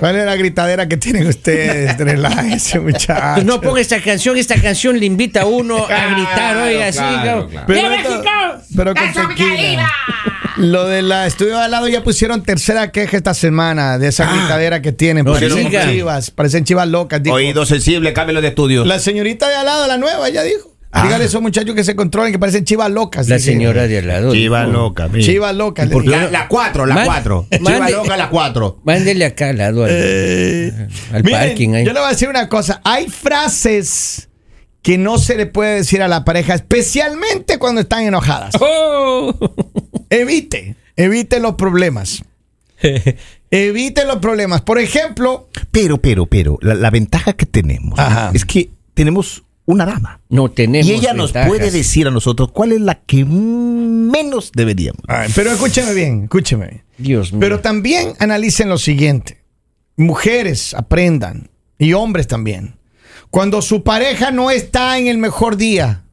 ¿Cuál es la gritadera que tienen ustedes? Relájense, muchachos. No ponga esta canción, esta canción le invita a uno a gritar, oiga, así. claro. claro, claro. Pero ¡De esto- México! pero con ¡La tranquila. Solidaridad! Lo de la estudio de al lado ya pusieron tercera queja esta semana de esa gritadera que tienen. Ah. no parecen diga. chivas, parecen chivas locas. dijo. Oído sensible, cámbialo de estudio. La señorita de al lado, la nueva, ya dijo. Ah. Dígale a esos muchachos que se controlen, que parecen chivas locas. La dice. señora de al lado. Chiva dijo. loca, mire. Chivas locas. le por dijo. La, la cuatro, la Man- cuatro. Chiva mande- loca, la cuatro. Mándele acá al lado al, Eh, al Miren, parking. ahí. Yo le voy a decir una cosa. Hay frases que no se le puede decir a la pareja, especialmente cuando están enojadas. ¡Oh! Evite, evite los problemas. Evite los problemas. Por ejemplo, Pero, pero, pero, la, la ventaja que tenemos Ajá. es que tenemos una dama. No tenemos. Y ella nos ventajas. puede decir a nosotros cuál es la que menos deberíamos. Ay, pero escúcheme bien, escúcheme bien. Dios mío. Pero también analicen lo siguiente. Mujeres aprendan y hombres también. Cuando su pareja no está en el mejor día,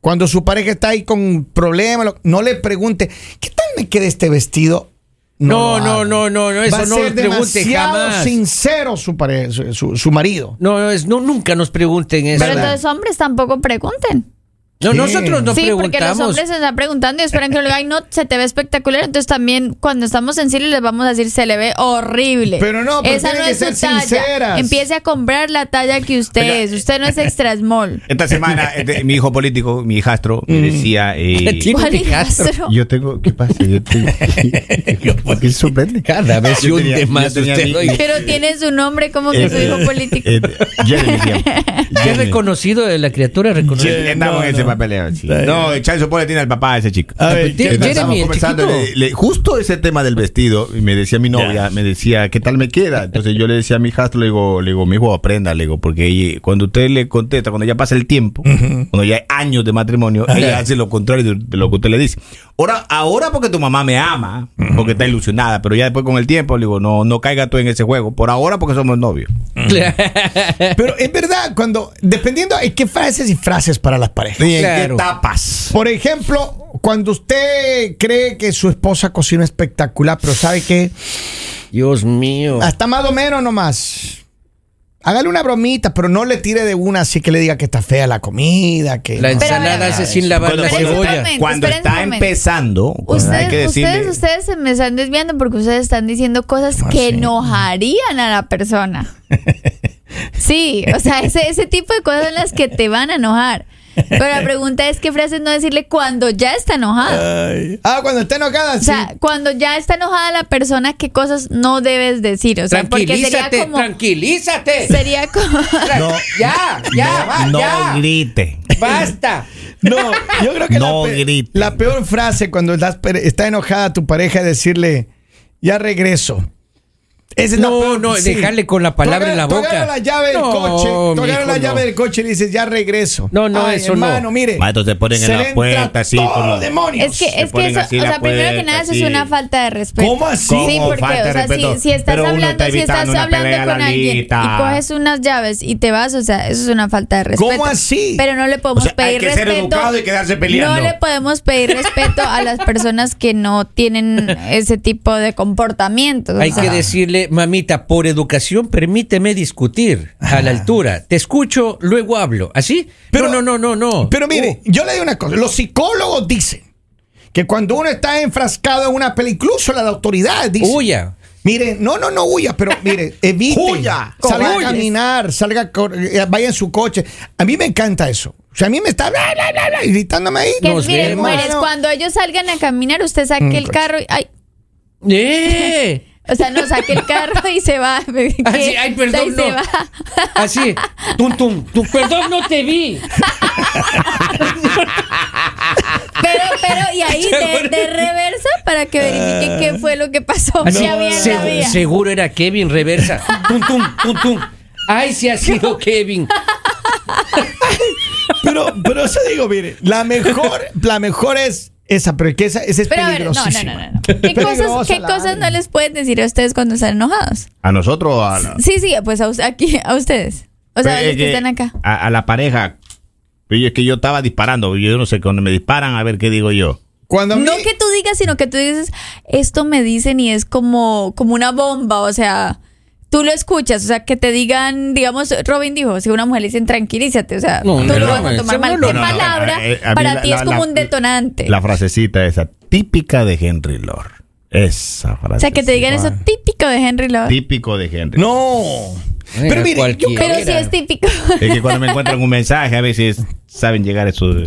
cuando su pareja está ahí con problemas, lo- no le pregunte, ¿qué tal me queda este vestido? No, lo no, hagan. no, no, no, eso Va a no ser le pregunte demasiado jamás. sincero su, pare- su, su- su marido. no, no, es, no, nunca nos pregunten eso. ¿Verdad? Pero entonces hombres pues tampoco pregunten. No, Sí. nosotros no sí, porque los preguntamos. hombres se están preguntando y esperan que le diga, ay, no, se te ve espectacular. Entonces también cuando estamos en serio les vamos a decir, se le ve horrible. Pero no, pero tienen que ser sinceras. Empiece a comprar la talla que usted Oiga, es. Usted no es extra small. Esta semana, este, mi hijo político, mi hijastro, me decía. eh, Tiene ¿Cuál que- hijastro? yo tengo. ¿Qué pasa? Yo tengo. ¿Qué sorprende? Cada vez se Yo tenía- hunde yo más tenía usted. mi- oiga. Pero tiene su nombre como que Eh, su hijo político. eh, Jeremy se llama. Ya Jeremy. reconocido de la criatura reconocida. Jeremy, Estamos en ese papeleo. sí. No, Charles Sopole tiene al papá de ese chico. A ver, Jeremy, Entonces, estábamos el conversando, chiquito. le- le- justo ese tema del vestido, y me decía mi novia, me decía, ¿qué tal me queda? Entonces yo le decía a mi hijastro, le digo, le digo, mi hijo aprenda, le digo, porque ella- cuando usted le contesta, cuando ya pasa el tiempo, cuando ya hay años de matrimonio, ella hace lo contrario de, de lo que usted le dice. Ahora, ahora porque tu mamá me ama, porque está ilusionada, pero ya después con el tiempo, le digo, no, no caiga tú en ese juego. Por ahora porque somos novios. Eh. Pero es verdad, cuando, dependiendo de qué frases y frases para las parejas. ¿Y en Claro. qué tapas? Por ejemplo, cuando usted cree que su esposa cocina espectacular, pero sabe que Dios mío. hasta más o menos nomás. Hágale una bromita, pero no le tire de una así que le diga que está fea la comida, que La no. Pero, ensalada pero, hace sin lavar Cuando- la cuando- cebolla. Espérame. Cuando esperen un está momento. empezando, cuando hay que Pues Ustedes, decirle. ustedes, ustedes se me están desviando porque ustedes están diciendo cosas Ah, que sí. enojarían a la persona. Sí, o sea, ese, ese tipo de cosas son las que te van a enojar. Pero la pregunta es qué frases no decirle cuando ya está enojada. Ah, cuando está enojada, O sí. sea, cuando ya está enojada la persona, qué cosas no debes decir. O sea, porque sería Tranquilízate, como... tranquilízate. Sería como... No. Ya, ya, va, no ya. grite. Basta. No, yo creo que No la, pe- grite. la peor frase cuando estás pe- está enojada tu pareja es decirle, ya regreso. Esa es la No, peor- no, dejarle con la palabra Tú en la agarras- tú boca. agarras la llave del No, coche, tú mijo, agarras la no. llave del coche y le dices, ya regreso. No, no, Ay, eso no. hermano, mire. Maestro, se ponen en se la le entra puerta, así todos como- los demonios. Es que, Se es que ponen eso, o así la sea, primero que nada, eso es puerta, una así. falta de respeto. ¿Cómo así? Sí, ¿Cómo porque, o falta de sea, si, respeto? si estás Pero uno está hablando, si estás evitando una pelea, hablando con alguien y Lalita. coges unas llaves y te vas, o sea, eso es una falta de respeto. ¿Cómo así? Pero no le podemos O sea, hay pedir que ser respeto. educado y quedarse peleando. No le podemos pedir respeto a las personas que no tienen ese tipo de comportamientos. o Hay sea. que decirle, mamita, por educación, permíteme discutir a la altura. Te escucho, luego hablo. ¿Así? Pero- no, no, no, no, no. Pero mire, yo le digo una cosa. Los psicólogos dicen que cuando uno está enfrascado en una pelea, incluso la de autoridad dice. Uh, huya. Mire, no, no, no huya, pero mire, evite. Huya. Salga a Cobardes. caminar, salga, a cor- eh, vaya en su coche. A mí me encanta eso. O sea, a mí me está bla, bla, bla, bla, gritándome ahí. Que Nos miren, vemos. Mm, pues. mujeres, cuando ellos salgan a caminar, usted saque el carro y... Ay, ¡Eh! o sea, no saque el carro y se va. ¿Qué? Ah, sí, ay, perdón, Ahí se no. va. Así. Tum, tum, tum. Perdón, no te vi. Pero, pero, y ahí de, Seguro. de reversa para que verifique qué fue lo que pasó. Así. Si había en la Segu- vía. seguro era Kevin reversa. Tum, tum, tum, tum. Ay, si ha sido Kevin. Pero, pero eso digo, mire, la mejor, la mejor es esa, pero que esa, esa es Pero a ver, no, no, no, peligrosísima. no. no. ¿Qué cosas, Peligrosa qué la cosas no madre. les pueden decir a ustedes cuando están enojados? A nosotros, a la, Sí, sí, pues a, us- aquí, a ustedes. O Pues, Pero sea, los Pues, es eh, que que están acá. A, a la pareja. Oye, es que yo estaba disparando. Yo no sé, cuando me disparan, a ver qué digo yo. Cuando a mí- No que tú digas, sino que tú dices, esto me dicen y es como, como una bomba, o sea, tú lo escuchas, o sea, que te digan, digamos, Robin dijo, si una mujer le dicen tranquilízate, o sea, No, tú no, lo vas a no, tomar eso mal. no ¿Qué lo- no, no, palabra eh, a mí para la- ti la- es como la- un detonante? La frasecita esa, típica de Henry Lord. Esa frase. o sea, que te digan eso típico de Henry Love. Típico de Henry. No. Venga, Pero mire, yo cualquiera. creo- Pero sí es típico. Es que cuando me encuentran un mensaje, a veces saben llegar esos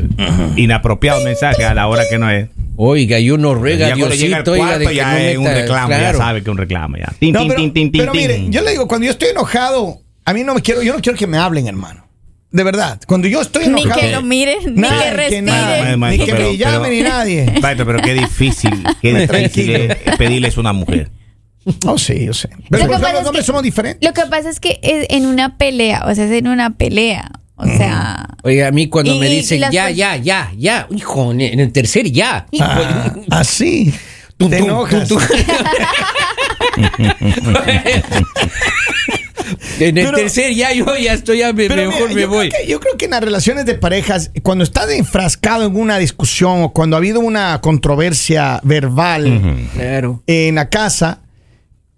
inapropiados mensajes a la hora que no es. Oiga, y uno ruega a ya cuando llega el Diosito, oiga, cuarto, de que ya no es un meta- reclamo, claro. ya sabe que es un reclamo ya. Tin, No, tin, pero, tin, tin, pero tin, mire, tin. yo le digo, cuando yo estoy enojado, a mí no me quiero, yo no quiero que me hablen, hermano. De verdad, cuando yo estoy Ni enojado. que lo miren, ni Nada, que nada, respiren. Maestro, ni maestro, que pero- me llame pero- ni nadie. Maestro, pero qué difícil, qué difícil es pedirles a una mujer. Oh, sí, yo sé. Lo Pero que por pasa eso los es hombres que- somos diferentes. Lo que pasa es que es en una pelea, o sea, es en una pelea. O sea, Oiga, a mí cuando Y- me y- y dicen las ya, cosas- ya, ya, ya, hijo, en en el tercer ya. hijo, Ah, así. Tum, Te tum, enojas. tum, en el Pero- tercer ya yo ya estoy, ya me- Pero mejor mira, me yo voy. Creo que, yo creo que en las relaciones de parejas, cuando estás enfrascado en una discusión o cuando ha habido una controversia verbal Claro. en la casa,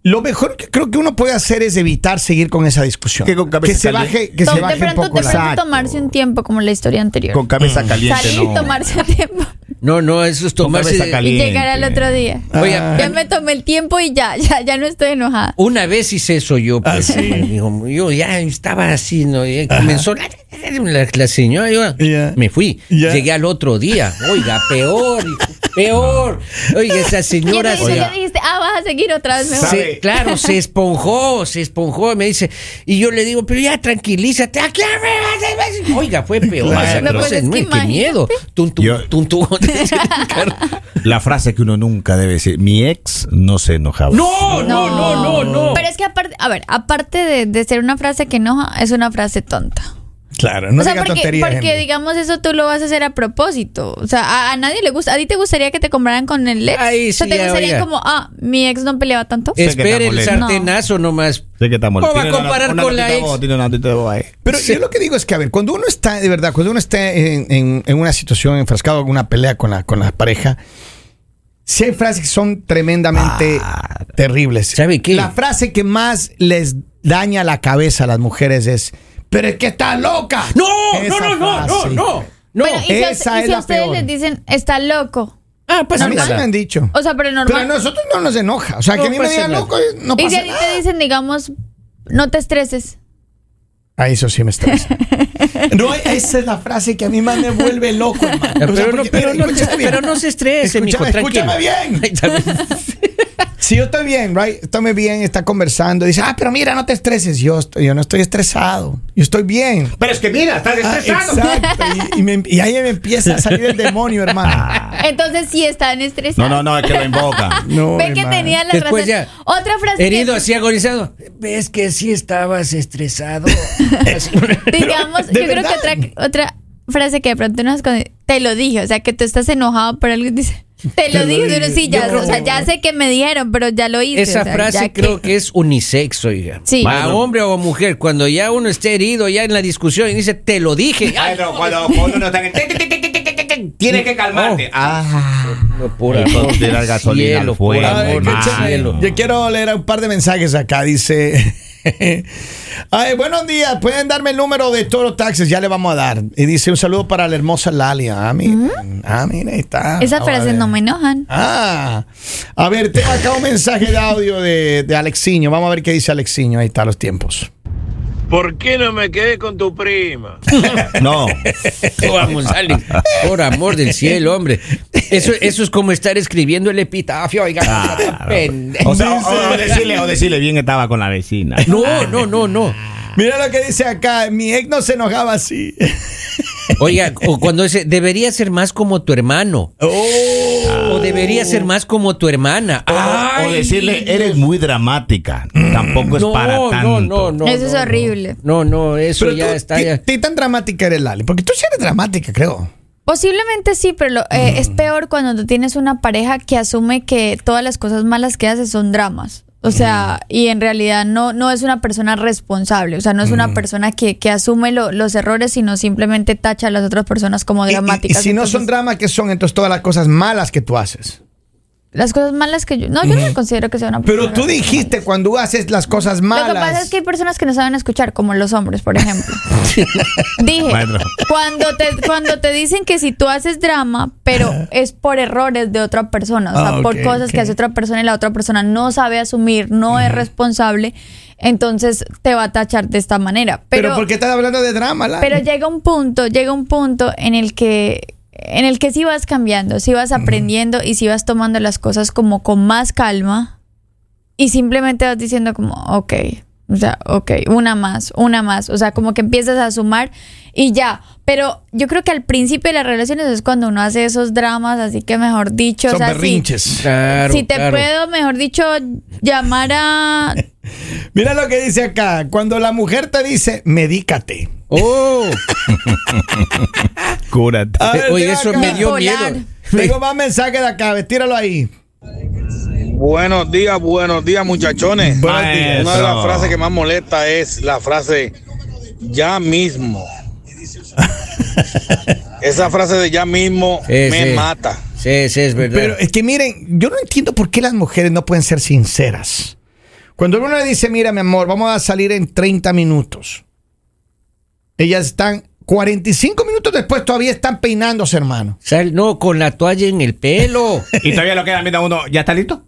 lo mejor que creo que uno puede hacer es evitar seguir con esa discusión. Que con cabeza se caliente. baje, que se de baje un pronto, de poco la. Mm. pronto tomarse un tiempo, como la historia anterior. Con cabeza caliente, Salir, no. tomarse un tiempo No, no, eso es tomarse. cabeza y caliente. llegar al otro día. Oiga, Ah. Ya me tomé el tiempo y ya, ya, ya no estoy enojada. Una vez hice eso yo, Ah, pues, digo, yo ya estaba así, ¿no? Y comenzó la, la- la señora, yo Ya. me fui. Ya. Llegué al otro día, oiga, peor, hijo, peor. Oiga, esa Y señora... entonces se- ya dijiste, ah, vas a seguir otra vez mejor. se- ¿Sabe? claro, se esponjó, se esponjó, me dice, y yo le digo, pero ya tranquilízate, "Ah, claro, ah, ah, ah". oiga, fue peor, Claro. esa No, cosa, pues, es no, que qué imagínate. miedo, Tun, tun, Yo- tun, tun. La frase que uno nunca debe decir, mi ex no se enojaba. no, no, no, no, no. Pero es que aparte, a ver, aparte de, de ser una frase que enoja, es una frase tonta. Claro, no o sea, diga porque, tonterías, porque Henry. digamos eso tú lo vas a hacer a propósito. O sea, a, a nadie le gusta. ¿A ti te gustaría que te compraran con el ex? Ay, o sea, sí, ¿te gustaría oiga. como, ah, mi ex no peleaba tanto? Eh, que está Espere el molesto. sartenazo nomás. Sé que está molesto. ¿Cómo va a Tiene una- comparar una con notita la de ex? voz, tiene una notita de voz ahí. Pero yo lo que digo es que, a ver, cuando uno está, de verdad, cuando uno está en, en- en una situación enfrascado en una pelea con la, con la pareja, sí hay frases que son tremendamente terribles. ¿Sabe qué? La frase que más les daña la cabeza a las mujeres es, pero es que está loca. No, Esa no, no, no, no, frase. no, no. Bueno, y si, a- esa y es si a la ustedes peor. les dicen, está loco. Ah, pues A mí sí me han dicho. O sea, pero normal. Pero a nosotros no nos enoja. O sea, No que a mí me pasa digan nada. loco, no y si pasa a ti nada. te dicen, digamos, no te estreses. Ah, eso sí me estresa. No, esa es la frase que a mí más me vuelve loco, hermano. O sea, Pero, no, porque- pero, mira, no, escúchame bien. pero no se estrese, mijo, Escúchame, tranquilo. escúchame bien. Ay, también. Si yo estoy bien, right, estoy bien, está conversando, dice, ah, pero mira, no te estreses. Yo, estoy- yo no estoy estresado, yo estoy bien. Pero es que mira, estás Ah, exacto. Y, y me- y ahí me empieza a salir el demonio, hermano. Entonces sí están No, estresados. no, no, es que lo invoca. No, Ven que hermano. tenía la Después ya. razón. Otra frase. que- Herido así agonizado. Ves que sí estabas estresado. Así. Digamos, Pero, ¿de yo creo que otra, verdad? otra frase que de pronto nos esconde- te lo dije, o sea, que tú estás enojado por algo y dices, te lo lo dije, dije. pero sí, ya, o sea, ya sé que me dijeron, pero ya lo hice. Esa o sea, frase ya creo que es unisex, oiga. Sí. A hombre o a mujer, cuando ya uno esté herido ya en la discusión y dice, te lo dije. Ay, Maestro, cuando cuando uno está en- tic, tic, tic, tic, tic, tic, tic, Tienes que calmarte. Ah. no, por El amor tirar del gasolina al cielo, fuego, por A ver, amor qué del chévere. cielo. Yo quiero leer un par de mensajes acá. Dice. Ay, buenos días. Pueden darme el número de Toro Taxes. Ya le vamos a dar. Y dice un saludo para la hermosa Lalia. Ah, mira. Ah, mira, ahí está. Esas Vamos a frases ver. no me enojan. Ah, a ver, tengo acá un mensaje de audio de, de Alexiño. Vamos a ver qué dice Alexiño. Ahí está los tiempos. ¿Por qué no me quedé con tu prima? No. Vamos, Alex. Por amor del cielo, hombre. Eso, eso es como estar escribiendo el epitafio, oiga. pendejo. O sea, o, o decirle, o decirle bien estaba con la vecina. No, no, no, no. Mira lo que dice acá. Mi ex no se enojaba así. Oiga, o cuando dice, debería ser más como tu hermano. O debería ser más como tu hermana. O, Ay, o decirle, eres muy dramática. pues, Tampoco es no, para tanto. No, no, no. Eso es no, horrible. No, no, eso Pero ya tú, está. ¿qué- ya. qué tan dramática eres, Lali? Porque tú sí eres dramática, creo. Posiblemente sí, pero lo- eh, es peor cuando tú tienes una pareja que asume que todas las cosas malas que haces son dramas. O sea, y en realidad no, no es una persona responsable, o sea, no es una persona que, que asume lo- los errores, sino simplemente tacha a las otras personas como Y- y- dramáticas. Y, si no Entonces, son dramas, ¿qué son entonces todas las cosas malas que tú haces? Las cosas malas que yo. No, yo no considero que sea una Pero persona tú dijiste cuando haces las cosas malas. Lo que pasa es que hay personas que no saben escuchar, como los hombres, por ejemplo. Dije, Bueno. cuando, te, cuando te dicen que si tú haces drama, pero es por errores de otra persona, o sea, Ah, ok, por cosas que ok. hace otra persona y la otra persona no sabe asumir, no es responsable, entonces te va a tachar de esta manera. pero, Pero, ¿por qué estás hablando de drama, Lali? pero llega un punto, llega un punto en el que en el que sí vas cambiando, sí vas aprendiendo y sí vas tomando las cosas como con más calma y simplemente vas diciendo como, ok, o sea, ok, una más, una más, o sea, como que empiezas a sumar y ya, pero yo creo que al principio de las relaciones es cuando uno hace esos dramas, así que mejor dicho, Son o sea, si- berrinches. Claro, si te claro. puedo, mejor dicho, llamar a... Mira lo que dice acá. Cuando la mujer te dice, medícate. Oh, eh, Cúrate. A ver, oye, mira eso acá. me dio Bipolar. miedo. Tengo más mensajes de acá. a ver, Tíralo ahí. Buenos días, buenos días, muchachones. Buenos días. Una de las frases que más molesta es la frase ya mismo. Esa frase de ya mismo Sí, me sí. mata. Sí, sí, es verdad. Pero eh, es que miren, yo no entiendo por qué las mujeres no pueden ser sinceras. Cuando uno le dice, mira, mi amor, vamos a salir en 30 minutos. Ellas están 45 minutos después, todavía están peinándose, hermano. Sal- no, con la toalla en el pelo. Y todavía lo queda, mira uno, ¿ya está listo?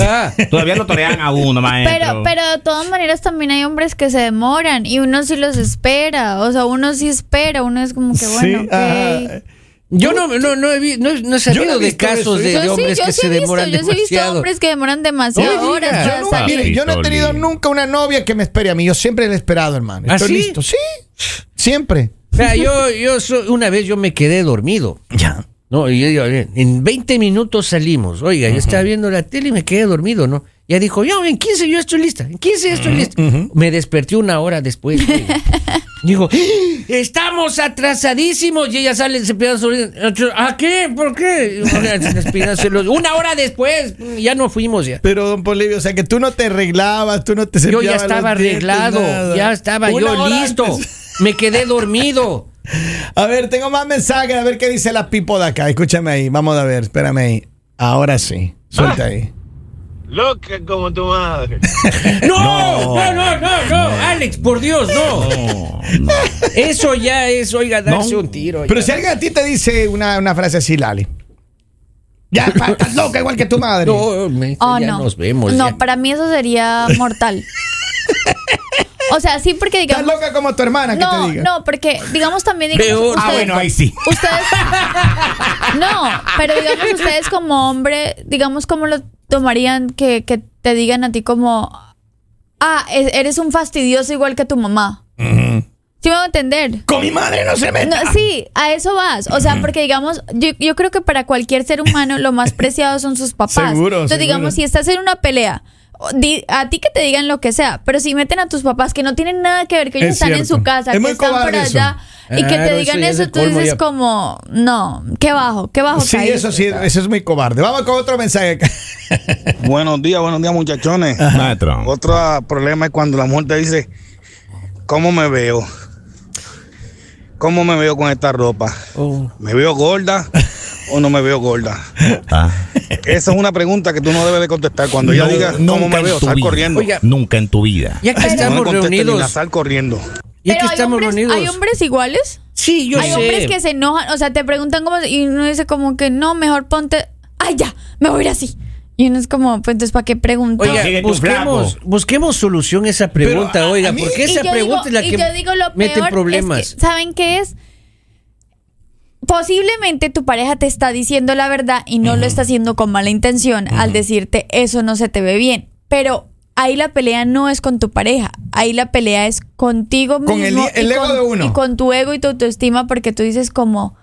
Ah, Todavía lo torean a uno, Pero, pero de todas maneras también hay hombres que se demoran y uno sí los espera, o sea, uno sí espera, uno es como que bueno, ok. ajá. yo no, no, no he, vi- no, no he Yo sabido no he de visto eso. ¿eh? casos de, Yo de sí, hombres yo que sí se he visto, demoran yo sí he visto demasiado. Ah, pues hombres que demoran demasiado Oye, horas. yo para no- salir. Mire, yo no he tenido Pistolín. nunca una novia que me espere a mí. Yo siempre le he esperado, hermano. ¿Ah, Estoy sí? listo. Sí, siempre. O sea, yo, yo so- una vez yo me quedé dormido. Ya. No, y yo digo, "Oye, en 20 minutos salimos. Oiga, yo estaba viendo la tele y me quedé dormido, ¿no? Ya dijo, yo en 15 yo estoy lista, en 15 yo estoy lista. Me desperté una hora después. oiga. digo, "¡Ah! estamos atrasadísimos. Y ella sale, se pega sobre... ¿A qué? ¿Por qué? Y ahora se nos pega sobre los- Una hora después, ya no fuimos ya. Pero, don Polivio, o sea, que tú no te arreglabas, tú no te Yo ya cepillabas los estaba dientes, arreglado, nada. ya estaba Una yo hora listo. antes. Me quedé dormido. A ver, tengo más mensajes, a ver qué dice la pipo de acá. Escúchame ahí, vamos a ver, espérame ahí. Ahora sí, suelta Ah. ahí. Loca como tu madre. No, no, no, no, no, Alex, por Dios, no. Eso ya es, oiga, darse un tiro. Pero ya. si alguien a ti te dice una, una frase así, Lali. Ya, pa, estás loca igual que tu madre. no, me- Oh, ya no. nos vemos. No, ya. para mí eso sería mortal. o sea, sí, porque Estás digamos. loca como tu hermana, que te No, diga. no, porque digamos también. digamos, Peor. Ah, ustedes- bueno, ahí sí. Ustedes. No, pero digamos ustedes como hombre, digamos cómo lo tomarían que, que te digan a ti como, ah, e- eres un fastidioso igual que tu mamá. ¿Sí me voy a entender? Con mi madre no se meta. No, sí, a eso vas. O sea, porque digamos, yo, yo creo que para cualquier ser humano lo más preciado son sus papás. Seguro, Entonces, seguro. digamos, si estás en una pelea, o di- a ti que te digan lo que sea, pero si meten a tus papás que no tienen nada que ver, que ellos Es están en cierto. su casa, Es que muy están por cobarde eso. allá, y que Claro, te digan eso ya es eso, el tú colmo dices ya. como, no, qué bajo, qué bajo. Sí, caíste. eso sí, eso es muy cobarde. Vamos con otro mensaje acá. Buenos días, buenos días, muchachones. Ah. Maestro. Otro problema es cuando la mujer te dice, ¿cómo me veo? ¿Cómo me veo con esta ropa? Oh. ¿Me veo gorda o no me veo gorda? Ah. Esa es una pregunta que tú no debes de contestar. Cuando ella No, diga, nunca ¿cómo me en veo? tu Sal vida. corriendo. Oiga, Nunca en tu vida. Ya que Pero- No estamos me contestes ni la reunidos. sal corriendo. Ya Pero que hay, estamos hombres, reunidos. ¿hay hombres iguales? Sí, yo hay sé. hombres que se enojan, o sea, te preguntan como y uno dice como que no, mejor ponte, ay ya, me voy a ir así. Y uno es como, pues entonces, ¿para qué preguntar? Oiga, Sigue tu busquemos, busquemos solución a esa pregunta, Pero a- oiga, a mí- porque Y esa yo pregunta digo- es la que y yo digo lo mete peor en es problemas. que, ¿Saben qué es? Posiblemente tu pareja te está diciendo la verdad y no lo está haciendo con mala intención al decirte eso no se te ve bien. Pero ahí la pelea no es con tu pareja, ahí la pelea es contigo mismo. Con el- y el ego con- de uno. Y con tu ego y tu autoestima porque tú dices como...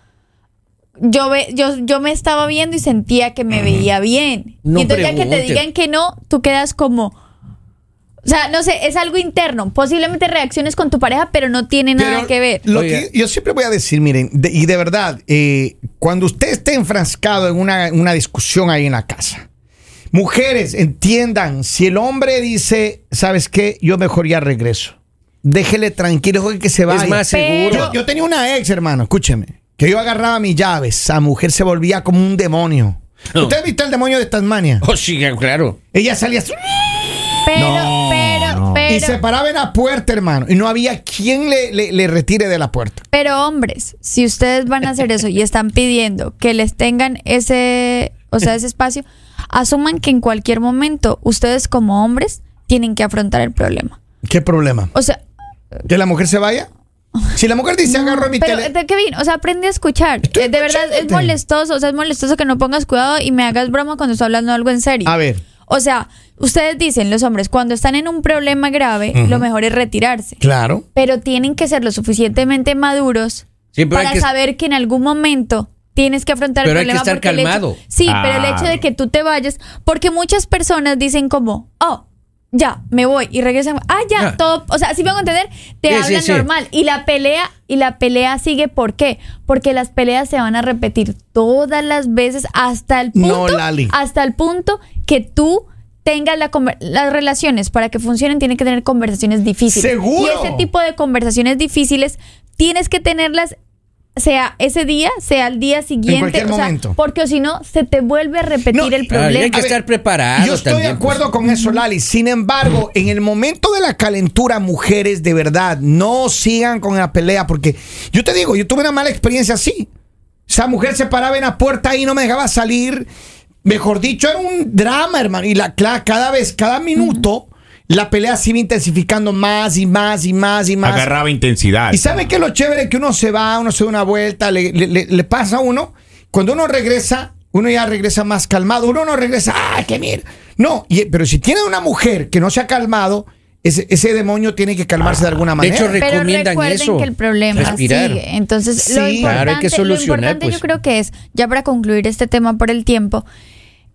Yo, ve, yo, yo me estaba viendo y sentía que me veía bien. No y entonces ya que te preguntes. digan que no, tú quedas como... O sea, no sé, es algo interno. Posiblemente reacciones con tu pareja, pero no tiene nada Pero que ver. Lo Oiga. que yo siempre voy a decir, miren, de- y de verdad, eh, cuando usted esté enfrascado en una, una discusión ahí en la casa, mujeres, entiendan, si el hombre dice, ¿sabes qué? Yo mejor ya regreso. Déjele tranquilo, joven, que se vaya. es más Pero- seguro. yo, yo tenía una ex, hermano, escúcheme, que yo agarraba mis llaves, esa mujer se volvía como un demonio. No. ¿Usted ha visto el demonio de Tasmania? Oh, sí, claro. Ella salía así, Pero, No, pero, no. y pero. se paraba en la puerta, hermano. Y no había quien le, le- le retire de la puerta. Pero hombres, si ustedes van a hacer eso y están pidiendo que les tengan ese, o sea, ese espacio, asuman que en cualquier momento ustedes como hombres tienen que afrontar el problema. ¿Qué problema? O sea, ¿Que la mujer se vaya? Si la mujer dice, agarro mi pero tele. ¿de qué vino? O sea, aprende a escuchar. Estoy Eh, de verdad es escuchándote. molestoso, o sea, es molestoso que no pongas cuidado y me hagas broma cuando estoy hablando algo en serio. A ver. O sea, ustedes dicen, los hombres, cuando están en un problema grave, lo mejor es retirarse. Claro. Pero tienen que ser lo suficientemente maduros Sí, pero hay para que- saber que en algún momento tienes que afrontar Pero el hay que problema. estar porque el hecho- calmado. sí, pero el hecho de que tú te vayas, porque muchas personas dicen como, oh, ya, me voy y regresan. Ah, ya, Ya. todo. O sea, si me van a entender, te Sí, sí, hablan sí. normal. Y la pelea, y la pelea sigue, ¿por qué? Porque las peleas se van a repetir todas las veces hasta el punto. No, Lali. Hasta el punto que tú tengas la conver- las relaciones para que funcionen, tienen que tener conversaciones difíciles. ¡Seguro! Y ese tipo de conversaciones difíciles tienes que tenerlas sea ese día, sea el día siguiente, cualquier o sea, momento. porque si no se te vuelve a repetir No, el y- Claro, y hay problema. que estar preparado. Yo estoy también, pues. de acuerdo con eso, Lali. Sin embargo, en el momento de la calentura, mujeres, de verdad, no sigan con la pelea, porque yo te digo, yo tuve una mala experiencia así. Esa mujer se paraba en la puerta y no me dejaba salir. Mejor dicho, era un drama, hermano. Y la, cla- cada vez, cada minuto, la pelea se iba intensificando más y más y más y más. Agarraba intensidad. ¿Y sabe qué es lo chévere? Que uno se va, uno se da una vuelta, le, le- le- le pasa a uno. Cuando uno regresa, uno ya regresa más calmado. Uno no regresa, ¡ah, que mira! No, y- pero si tiene una mujer que no se ha calmado, ese, ese demonio tiene que calmarse de alguna Ah, De manera. hecho, pero recomiendan recuerden eso. que el problema respirar. sigue. Entonces, Sí. lo, importante, Claro, hay que lo solucionar, importante pues. yo creo que es, ya para concluir este tema por el tiempo,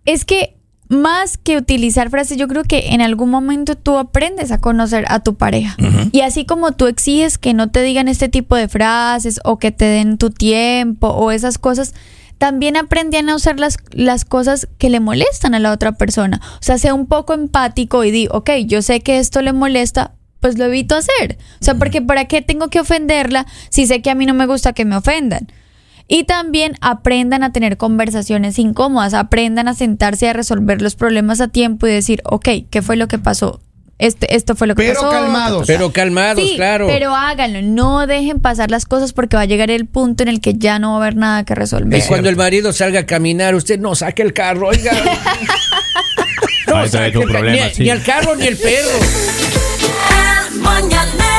es que más que utilizar frases, yo creo que en algún momento tú aprendes a conocer a tu pareja. Y así como tú exiges que no te digan este tipo de frases o que te den tu tiempo o esas cosas, también aprende a no usar las, las cosas que le molestan a la otra persona. O sea, sea un poco empático y di, ok, yo sé que esto le molesta, pues lo evito hacer. O sea, porque ¿para qué tengo que ofenderla si sé que a mí no me gusta que me ofendan? Y también aprendan a tener conversaciones incómodas, aprendan a sentarse y a resolver los problemas a tiempo y decir, ok, ¿qué fue lo que pasó? Este, esto fue lo que Pero pasó. calmados. Pero calmados, Sí, claro. Pero háganlo, no dejen pasar las cosas porque va a llegar el punto en el que ya no va a haber nada que resolver. Y cuando el marido salga a caminar, usted no saque el carro, oiga. Ah, ese es saque un el ca- problema, ni, sí. ni el carro ni el perro. El mañanero